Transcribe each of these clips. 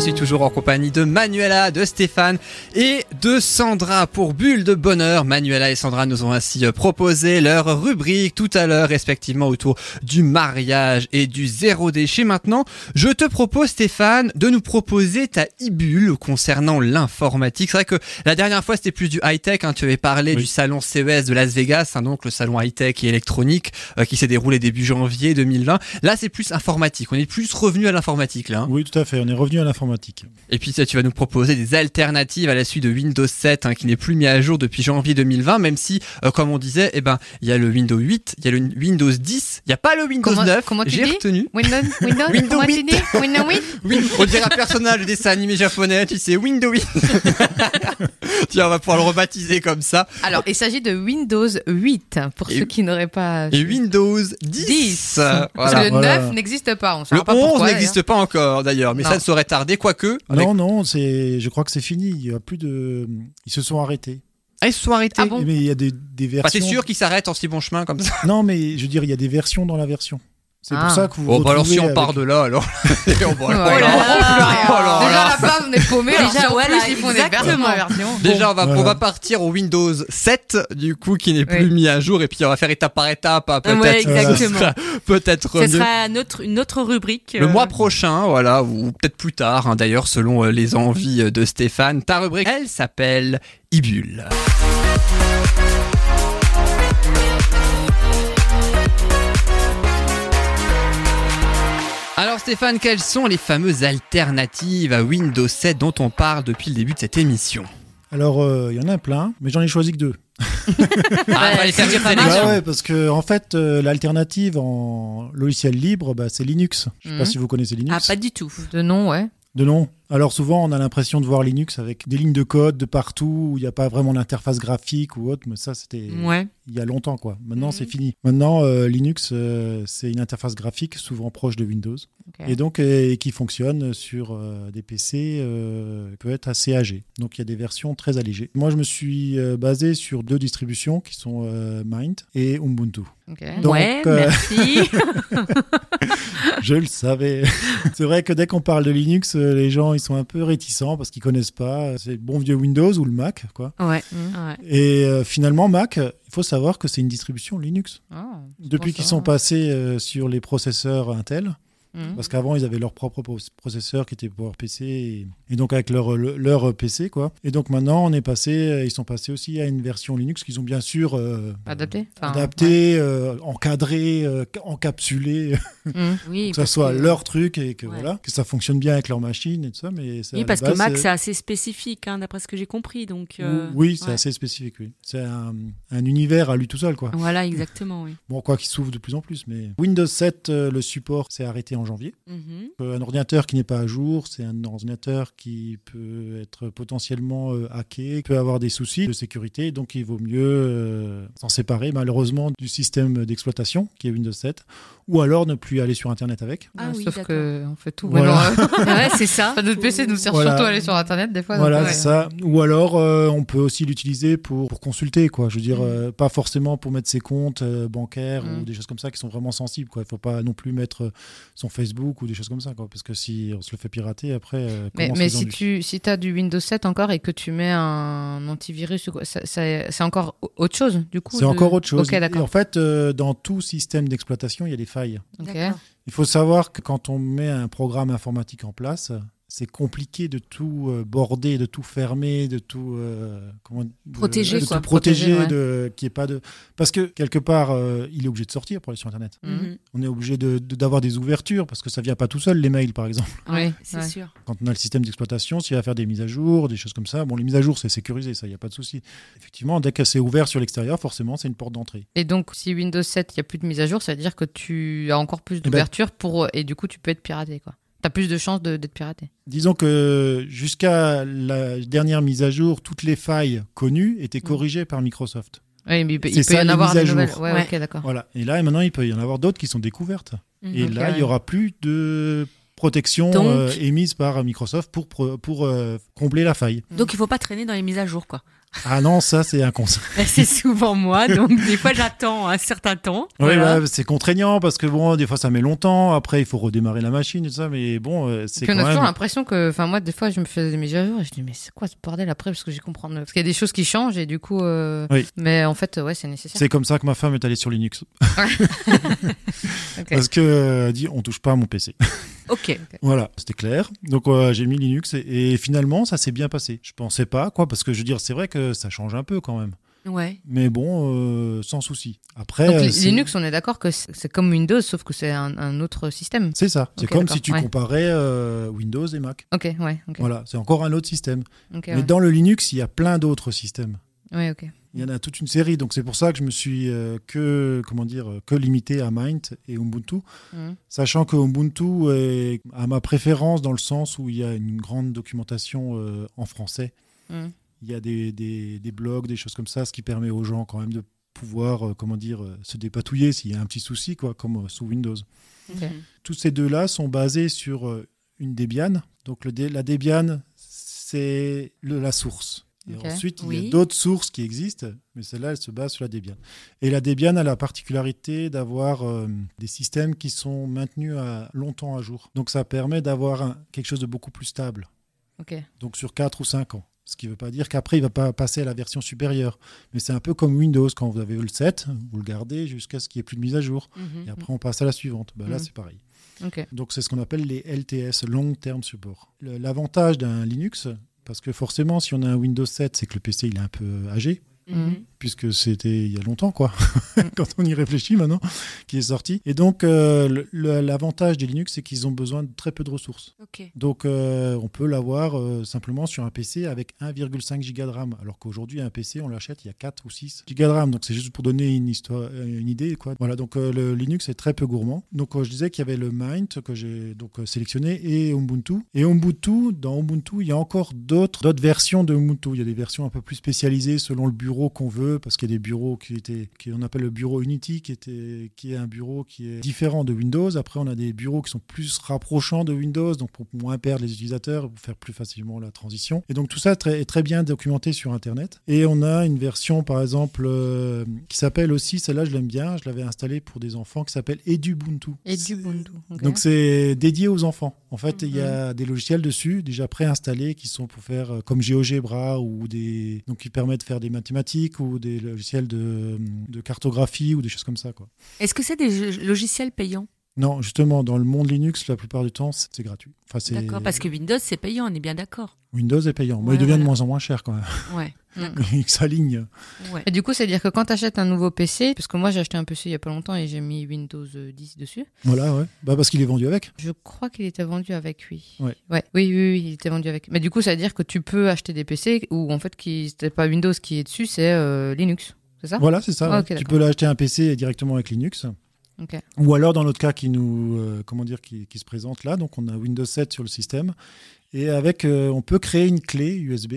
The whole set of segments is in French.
suis toujours en compagnie de Manuela, de Stéphane et de Sandra pour Bulle de Bonheur. Manuela et Sandra nous ont ainsi proposé leur rubrique tout à l'heure, respectivement autour du mariage et du zéro déchet. Maintenant, je te propose, Stéphane, de nous proposer ta e-bulle concernant l'informatique. C'est vrai que la dernière fois, c'était plus du high-tech. hein. Tu avais parlé Oui. du salon CES de Las Vegas, hein, donc le salon high-tech et électronique euh, qui s'est déroulé début janvier 2020. Là, c'est plus informatique. On est plus revenu à l'informatique, là. hein. Oui, tout à fait. On est revenu à l'informatique. Et puis ça, tu vas nous proposer des alternatives à la suite de Windows 7 hein, qui n'est plus mis à jour depuis janvier 2020, même si, euh, comme on disait, eh ben, il y a le Windows 8, il y a le Windows 10, il n'y a pas le Windows Comment- 9. comment tu J'ai dis retenu. Windows, Windows, Windows comment tu huit. dis Windows 8 Oui, on dirait un personnage de dessin animé japonais, tu sais, Windows 8. Tiens, on va pouvoir le rebaptiser comme ça. Alors, il s'agit de Windows 8, pour Et- ceux qui n'auraient pas... Et Windows 10. 10. euh, Parce voilà. que le Voilà. 9 n'existe pas, on sait Le pas pourquoi. 11 n'existe pas encore d'ailleurs, mais Non. ça ne saurait tarder, quoique. avec- Non, non, c'est. Je crois que c'est fini. Il y a plus de. Ils se sont arrêtés. Ah, ils se sont arrêtés. Ah bon Mais il y a des, des versions. Bah, c'est sûr qu'ils s'arrêtent en si bon chemin comme ça. Non, mais je veux dire, il y a des versions dans la version. C'est Ah. pour ça que vous. Bon, bah alors si retrouvez on avec- part de là, alors. Et on va- d'ailleurs. oh là. Oh là là. Oh là Déjà, là. la base, on est paumé. alors Déjà, si en voilà, plus, ils font des versions exactement. à version. Déjà, on va, Voilà. on va partir au Windows 7, du coup, qui n'est plus Oui. mis à jour, et puis on va faire étape par étape, hein, peut-être. Ouais, euh, exactement. ça sera Peut-être Ce mieux. sera notre, une autre rubrique. Le euh, mois prochain, voilà, ou peut-être plus tard, hein, d'ailleurs, selon euh, les envies euh, de Stéphane. Ta rubrique, elle s'appelle Ibule. Alors Stéphane, quelles sont les fameuses alternatives à Windows 7 dont on parle depuis le début de cette émission Alors, euh, il y en a plein, mais j'en ai choisi que deux. Ah, on va les faire c'est vite, les pas mal. gens. Bah ouais, parce que en fait, euh, l'alternative en logiciel libre, bah, c'est Linux. Je sais Mhm. pas si vous connaissez Ah, Linux. pas du tout. De nom, ouais. De non. Alors souvent, on a l'impression de voir Linux avec des lignes de code de partout où il n'y a pas vraiment d'interface graphique ou autre, mais ça, c'était Ouais. il y a longtemps, quoi. Maintenant, Mhm. c'est fini. Maintenant, euh, Linux, euh, c'est une interface graphique souvent proche de Windows Ok. et donc euh, qui fonctionne sur euh, des PC, euh, peut être assez âgé. Donc, il y a des versions très allégées. Moi, je me suis euh, basé sur deux distributions qui sont euh, Mint et Ubuntu. Ok. Donc, ouais, euh, merci. Je le savais. c'est vrai que dès qu'on parle de Linux, euh, les gens ils sont un peu réticents parce qu'ils connaissent pas. euh, C'est le bon vieux Windows ou le Mac, quoi. ouais. Mm. ouais. Et euh, finalement, Mac, euh, il faut savoir que c'est une distribution Linux. Oh, c'est Depuis pour qu'ils ça, sont hein. passés euh, sur les processeurs Intel, Mhm. Mm. parce qu'avant ils avaient leur propre pro- processeur qui était PowerPC et, et donc avec leur, le- leur PC quoi. Et donc maintenant on est passé, euh, ils sont passés aussi à une version Linux qu'ils ont bien sûr euh, Adapté Enfin, adaptée, euh, encadrée, euh, ca- encapsulée. ouais. Mm. Oui, que ça parce soit que- leur truc et que Ouais. voilà que ça fonctionne bien avec leur machine et tout ça mais ça, à Oui, la parce que base, Mac, c'est- c'est assez spécifique, hein, d'après ce que j'ai compris. Donc, euh, oui c'est ouais. assez spécifique oui c'est un, un univers à lui tout seul quoi Voilà, exactement, oui. bon quoi qu'il s'ouvre de plus en plus mais Windows 7 euh, le support s'est arrêté en janvier Mhm. Euh, un ordinateur qui n'est pas à jour c'est un ordinateur qui peut être potentiellement euh, hacké peut avoir des soucis de sécurité donc il vaut mieux euh, s'en séparer malheureusement du système d'exploitation qui est Windows 7 ou alors ne plus aller sur internet avec Ah oui, Sauf d'accord. qu'on fait tout. Voilà. Maintenant, euh, ouais, c'est ça. Enfin, notre PC nous sert Voilà. surtout à aller sur Internet des fois. donc, Voilà, ouais. c'est ça. Ou alors, euh, on peut aussi l'utiliser pour, pour consulter, quoi. Je veux dire, Mhm. euh, pas forcément pour mettre ses comptes euh, bancaires Mhm. ou des choses comme ça qui sont vraiment sensibles, quoi. Il faut pas non plus mettre euh, son Facebook ou des choses comme ça, quoi. Parce que si on se le fait pirater, après, euh, Mais, comment mais c'est si vendu tu si as du Windows 7 encore et que tu mets un antivirus, ou quoi, ça- ça- c'est encore au- autre chose du coup C'est de- encore autre chose. Ok, Et d'accord. en fait, euh, dans tout système d'exploitation, il y a des failles. Ok. D'accord. Il faut savoir que quand on met un programme informatique en place, c'est compliqué de tout euh, border, de tout fermer, de tout euh, comment- de- Protéger, de quoi. tout protéger, Protéger, de qu'il y ait pas de parce que quelque part euh, il est obligé de sortir pour aller sur internet. Mhm. Mhm. On est obligé de- de- d'avoir des ouvertures parce que ça vient pas tout seul les mails par exemple. Oui, c'est ouais. sûr. Quand on a le système d'exploitation, s'il va faire des mises à jour, des choses comme ça, bon les mises à jour c'est sécurisé, ça il y a pas de souci. Effectivement, dès que c'est ouvert sur l'extérieur, forcément c'est une porte d'entrée. Et donc si Windows 7 il y a plus de mise à jour, ça veut dire que tu as encore plus ben- d'ouverture pour et du coup tu peux être piraté quoi. T'as plus de chances de- d'être piraté. Disons que jusqu'à la dernière mise à jour, toutes les failles connues étaient Mm. corrigées par Microsoft. Oui, mais il peut, il C'est peut y ça, en les avoir mises à des jour. nouvelles. Ouais, Ouais. ok, d'accord. Voilà. Et là, maintenant, il peut y en avoir d'autres qui sont découvertes. Mhm. Et Mm-hmm. Ok, là, il ouais. n'y aura plus de protection Donc- euh, émise par Microsoft pour, pro- pour euh, combler la faille. Mhm. Donc, il faut pas traîner dans les mises à jour, quoi. Ah non, ça, c'est un conseil. Bah, c'est souvent moi, donc des fois j'attends un certain temps. Oui, Voilà. bah, c'est contraignant parce que bon, des fois ça met longtemps. Après, il faut redémarrer la machine et tout ça. Mais bon, euh, c'est Puis quand on a toujours même. l'impression que, enfin moi des fois je me faisais des mises à jour et je dis mais c'est quoi ce bordel après parce que j'ai comprends parce qu'il y a des choses qui changent et du coup. euh, Oui. Mais en fait ouais c'est nécessaire. C'est comme ça que ma femme est allée sur Linux Ok. parce que euh, elle dit on touche pas à mon PC. Ok. voilà, c'était clair. Donc euh, j'ai mis Linux et, et finalement ça s'est bien passé. Je pensais pas quoi parce que je veux dire c'est vrai que ça change un peu quand même. Ouais. Mais bon, euh, sans souci. Après, Donc euh, li- c'est- Linux on est d'accord que c'est c'est comme Windows sauf que c'est un, un autre système. C'est ça. C'est Ok, comme d'accord, si tu ouais. comparais euh, Windows et Mac. Ok ouais ok. Voilà, c'est encore un autre système. Ok, Mais ouais. dans le Linux, il y a plein d'autres systèmes. Ouais, ok. Il y en a toute une série, donc c'est pour ça que je me suis euh, que comment dire euh, que limité à Mint et Ubuntu, Mhm. sachant que Ubuntu est à ma préférence dans le sens où il y a une grande documentation euh, en français. Mhm. Il y a des, des- des blogs, des choses comme ça, ce qui permet aux gens quand même de pouvoir euh, comment dire euh, se dépatouiller s'il y a un petit souci quoi, comme euh, sous Windows. Ok. Mhm. Tous ces deux-là sont basés sur euh, une Debian. Donc le dé- la Debian, c'est le- la source. Et Ok. ensuite, il y Oui. a d'autres sources qui existent, mais celle-là, elle se base sur la Debian. Et la Debian a la particularité d'avoir euh, des systèmes qui sont maintenus à, longtemps à jour. Donc ça permet d'avoir un- quelque chose de beaucoup plus stable, Ok. donc sur 4 ou 5 ans. Ce qui ne veut pas dire qu'après, il ne va pas passer à la version supérieure. Mais c'est un peu comme Windows, quand vous avez eu le 7, vous le gardez jusqu'à ce qu'il n'y ait plus de mise à jour. Mhm. Et après, on passe à la suivante. Ben là, Mhm. c'est pareil. Ok. Donc c'est ce qu'on appelle les LTS, Long Term Support. Le- L'avantage d'un Linux, parce que forcément si on a un Windows 7, c'est que le PC il est un peu âgé, Mhm. puisque c'était il y a longtemps quoi, quand on y réfléchit maintenant, qui est sorti. Et donc euh, le- le- l'avantage des Linux, c'est qu'ils ont besoin de très peu de ressources. Ok. Donc euh, on peut l'avoir euh, simplement sur un PC avec 1,5 giga de RAM, alors qu'aujourd'hui un PC on l'achète il y a 4 ou 6 giga de RAM. Donc c'est juste pour donner une histoire, euh, une idée quoi. Voilà donc euh, le Linux est très peu gourmand. Donc euh, je disais qu'il y avait le Mint que j'ai donc euh, sélectionné et Ubuntu. Et Ubuntu dans Ubuntu il y a encore d'autres d'autres versions de Ubuntu. Il y a des versions un peu plus spécialisées selon le bureau qu'on veut parce qu'il y a des bureaux qui étaient qui on appelle le bureau Unity qui était qui est un bureau qui est différent de Windows. Après on a des bureaux qui sont plus rapprochants de Windows donc pour moins perdre les utilisateurs pour faire plus facilement la transition. Et donc tout ça très- est très bien documenté sur internet et on a une version par exemple euh, qui s'appelle aussi celle-là je l'aime bien, je l'avais installée pour des enfants qui s'appelle Edubuntu. Et du Ubuntu. ok. Donc c'est dédié aux enfants. En fait, il y a Mhm. des logiciels dessus déjà préinstallés qui sont pour faire euh, comme GeoGebra ou des donc qui permettent de faire des mathématiques ou des logiciels de, de cartographie ou des choses comme ça quoi. Est-ce que c'est des jeux- logiciels payants Non, justement dans le monde Linux, la plupart du temps, c'est c'est gratuit. Enfin c'est D'accord. Parce que Windows, c'est payant, on est bien d'accord. Windows est payant, mais Ouais, il devient de voilà. moins en moins cher quand même. Ouais. il s'aligne. Ouais. Et du coup, c'est-à-dire que quand tu achètes un nouveau PC, parce que moi j'ai acheté un PC il y a pas longtemps et j'ai mis Windows euh, 10 dessus, Voilà, ouais. Bah parce qu'il est vendu avec. je crois qu'il était vendu avec, oui. Ouais. Oui, oui, oui, il était vendu avec. Mais du coup, ça veut dire que tu peux acheter des PC où en fait, qui c'était pas Windows qui est dessus, c'est euh, Linux. C'est ça Voilà, c'est ça. Ah, ouais. ok, tu d'accord. peux l'acheter un PC directement avec Linux. Ok. Ou alors dans notre cas qui nous euh, comment dire qui, qui se présente là, donc on a Windows 7 sur le système et avec euh, on peut créer une clé USB.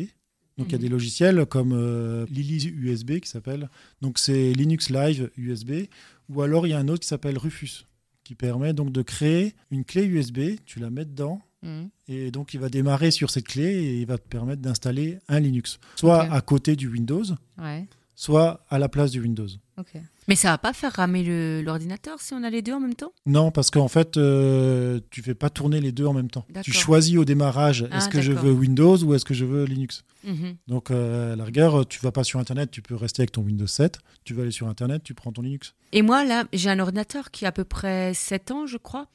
Donc il y a Mhm. des logiciels comme euh, Lily USB qui s'appelle donc c'est Linux Live USB ou alors il y a un autre qui s'appelle Rufus qui permet donc de créer une clé USB, tu la mets dedans Mhm. et donc il va démarrer sur cette clé et il va te permettre d'installer un Linux, soit Ok. à côté du Windows, Ouais. soit à la place du Windows. Ok. Mais ça va pas faire ramer le- l'ordinateur si on a les deux en même temps Non, parce qu'en fait, euh, tu fais pas tourner les deux en même temps. D'accord. Tu choisis au démarrage, Ah, est-ce que je d'accord. veux Windows ou est-ce que je veux Linux Mhm. Donc, euh, à la rigueur, tu vas pas sur Internet, tu peux rester avec ton Windows 7. Tu vas aller sur Internet, tu prends ton Linux. Et moi, là, j'ai un ordinateur qui a à peu près 7 ans, je crois.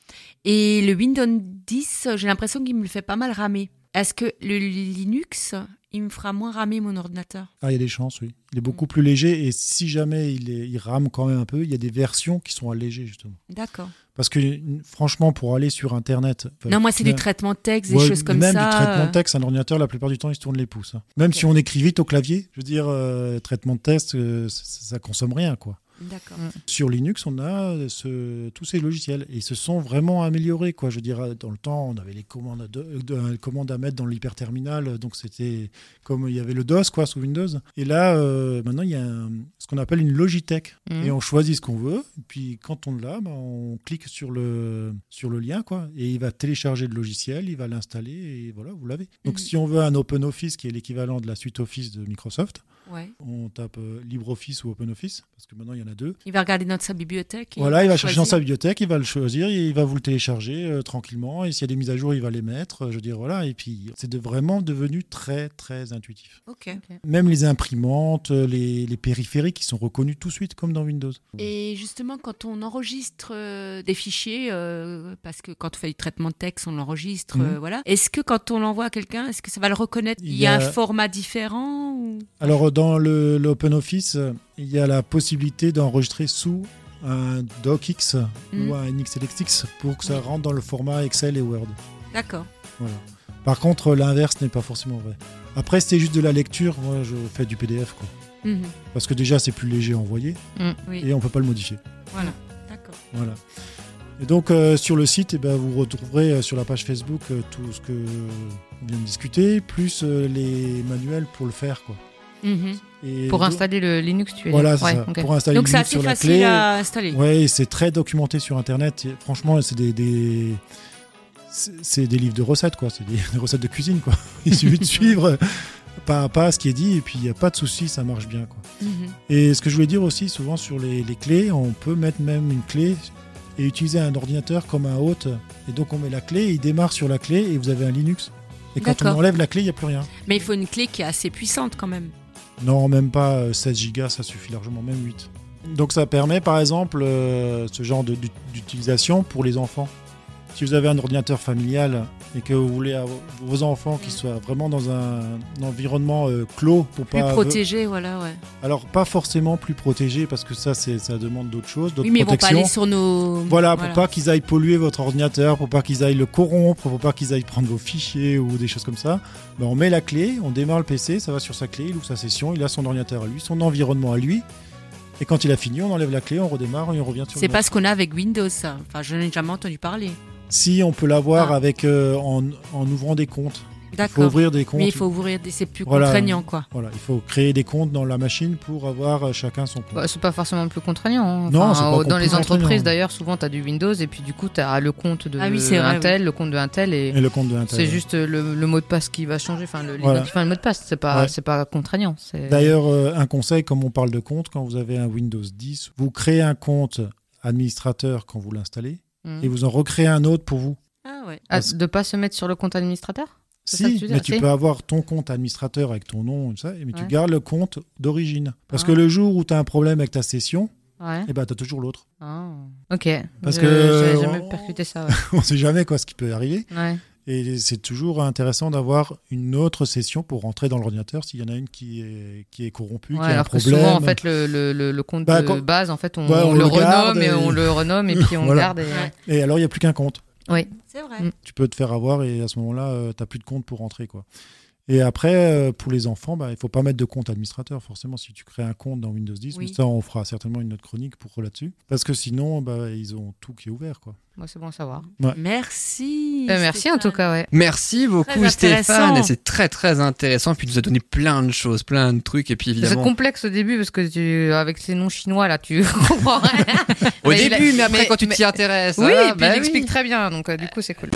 Et le Windows 10, j'ai l'impression qu'il me le fait pas mal ramer. Est-ce que le Linux, il me fera moins ramer mon ordinateur Ah, il y a des chances, oui. Il est Mm. beaucoup plus léger et si jamais il, est- il rame quand même un peu, il y a des versions qui sont allégées, justement. D'accord. Parce que, franchement, pour aller sur Internet. enfin, Non, moi, c'est du même- traitement de texte, des Ouais, choses comme même ça. du traitement euh, de texte, un ordinateur, la plupart du temps, il se tourne les pouces. hein. Même si on écrit vite au clavier, je veux dire, euh, traitement de texte, euh, ça, ça consomme rien, quoi. D'accord. Sur Linux, on a ce- tous ces logiciels et ils se sont vraiment améliorés. Quoi. Je veux dire, dans le temps, on avait les commandes, de- de- commandes à mettre dans l'hyperterminal, donc c'était comme il y avait le DOS quoi, sous Windows. Et là, euh, maintenant, il y a un- ce qu'on appelle une Logitech Mhm. et on choisit ce qu'on veut. Et puis quand on l'a, bah, on clique sur le, sur le lien quoi, et il va télécharger le logiciel, il va l'installer et voilà, vous l'avez. Donc Mhm. si on veut un Open Office qui est l'équivalent de la suite Office de Microsoft, Ouais. on tape euh, LibreOffice ou OpenOffice parce que maintenant il y en a deux. Il va regarder dans sa bibliothèque. et Voilà, il va chercher dans sa choisir. bibliothèque, il va le choisir, et il va vous le télécharger euh, tranquillement. Et s'il y a des mises à jour, il va les mettre. euh, je veux dire, voilà. Et puis, c'est de- vraiment devenu très, très intuitif. Ok. Même les imprimantes, euh, les, les périphériques, qui sont reconnus tout de suite, comme dans Windows. Et justement, quand on enregistre euh, des fichiers, euh, parce que quand on fait du traitement de texte, on l'enregistre, Mhm. euh, voilà. Est-ce que quand on l'envoie à quelqu'un, est-ce que ça va le reconnaître Il y, Il y a un a- format différent ou... Alors, euh, dans le- l'Open Office, euh, il y a la possibilité d'enregistrer sous un docx Mm. ou un xlxx pour que ça Oui. rentre dans le format Excel et Word. D'accord. Voilà. Par contre, l'inverse n'est pas forcément vrai. Après, c'est juste de la lecture. Moi, je fais du PDF, quoi. Mhm. Parce que déjà, c'est plus léger à envoyer Mm, oui. et on peut pas le modifier. D'accord. Voilà. Et donc, euh, sur le site, eh ben, vous retrouverez euh, sur la page Facebook euh, tout ce que on vient de discuter, plus euh, les manuels pour le faire. Quoi. Mhm. Et Pour donc- installer le Linux, tu es Voilà, c'est ouais, ça. ok. Pour installer Donc c'est Linux assez sur la facile clé. à installer. Ouais, et c'est très documenté sur Internet. Et franchement, c'est des. des- C'est c'est des livres de recettes, quoi. C'est des, des recettes de cuisine, quoi. Il suffit de suivre euh, pas à pas ce qui est dit, et puis il n'y a pas de souci, ça marche bien, quoi. Mhm. Et ce que je voulais dire aussi, souvent sur les, les clés, on peut mettre même une clé et utiliser un ordinateur comme un hôte. Et donc on met la clé, il démarre sur la clé et vous avez un Linux. Et quand on D'accord. enlève la clé, il n'y a plus rien. Mais il faut une clé qui est assez puissante quand même. Non, même pas euh, 16 gigas, ça suffit largement, même 8. Donc ça permet par exemple euh, ce genre de- d'ut- d'utilisation pour les enfants. Si vous avez un ordinateur familial et que vous voulez avoir vos enfants qui soient vraiment dans un, un environnement euh, clos pour Plus pas protégée, voilà, ouais. Alors pas forcément plus protégés parce que ça c'est ça demande d'autres choses, d'autres Oui, mais ils vont pas protections. aller sur nos. Voilà, pour pas qu'ils aillent polluer votre ordinateur, pour pas qu'ils aillent le corrompre, pour pas qu'ils aillent prendre vos fichiers ou des choses comme ça. Ben, on met la clé, on démarre le PC, ça va sur sa clé, il ouvre sa session, il a son ordinateur à lui, son environnement à lui. Et quand il a fini, on enlève la clé, on redémarre et on revient sur C'est le pas ce qu'on a avec Windows, ça. Enfin, je n'ai jamais entendu parler. Si on peut l'avoir Ah. avec euh, en, en ouvrant des comptes. Il faut D'accord. ouvrir des comptes. Mais il faut ouvrir, des... c'est plus Voilà. contraignant, quoi. Voilà, il faut créer des comptes dans la machine pour avoir euh, chacun son compte. Bah, c'est pas forcément le plus contraignant. hein. Non, Enfin, c'est pas euh, dans complètement les contraignant. entreprises d'ailleurs, souvent tu as du Windows et puis du coup tu as le compte de Ah oui, c'est vrai, un tel, le compte de un tel et Et le compte de l'intérieur. c'est juste le, le mot de passe qui va changer, enfin le, Voilà. l'identifiant et le mot de passe, c'est pas Ouais. c'est pas contraignant. c'est- D'ailleurs, euh, un conseil, comme on parle de compte, quand vous avez un Windows 10, vous créez un compte administrateur quand vous l'installez Mm. et vous en recréez un autre pour vous. Ah ouais. Ah, de pas se mettre sur le compte administrateur. C'est ça que Si, tu veux mais dire, tu si. peux avoir ton compte administrateur avec ton nom et tout ça, mais tu Ouais. gardes le compte d'origine. Parce Ah. que le jour où tu as un problème avec ta session, Ouais. eh ben, tu as toujours l'autre. Ah. Ok. Parce Je- que- j'avais jamais on- percuté ça. Ouais. on sait jamais quoi ce qui peut arriver. Ouais. Et c'est toujours intéressant d'avoir une autre session pour rentrer dans l'ordinateur s'il y en a une qui est, qui est corrompue, Ouais, qui a un alors que problème. souvent en fait le, le, le, le compte Bah, de quand- base en fait on, Ouais, on le, le garde renomme et... et- on le renomme et puis on Voilà. garde. Et... Ouais. Et alors, il n'y a plus qu'un compte. Oui. C'est vrai. Mm. tu peux te faire avoir et à ce moment-là, tu t'as plus de compte pour rentrer. Quoi. Et après, euh, pour les enfants, bah, il faut pas mettre de compte administrateur, forcément, si tu crées un compte dans Windows 10. Oui. Mais ça, on fera certainement une autre chronique pour là-dessus. Parce que sinon, bah, ils ont tout qui est ouvert. Quoi. Bon, c'est bon à savoir. Merci. Euh, merci en Stéphane. tout cas. Ouais. Merci beaucoup Très Stéphane, intéressant. et c'est très très intéressant. Puis tu nous as donné plein de choses, plein de trucs, et puis C'est évidemment complexe au début parce que tu, avec ces noms chinois là, tu comprends rien. au Mais il a- début, mais après mais- quand tu mais- t'y intéresses, oui, ah, et puis bah il explique oui. très bien, donc euh, du coup c'est cool.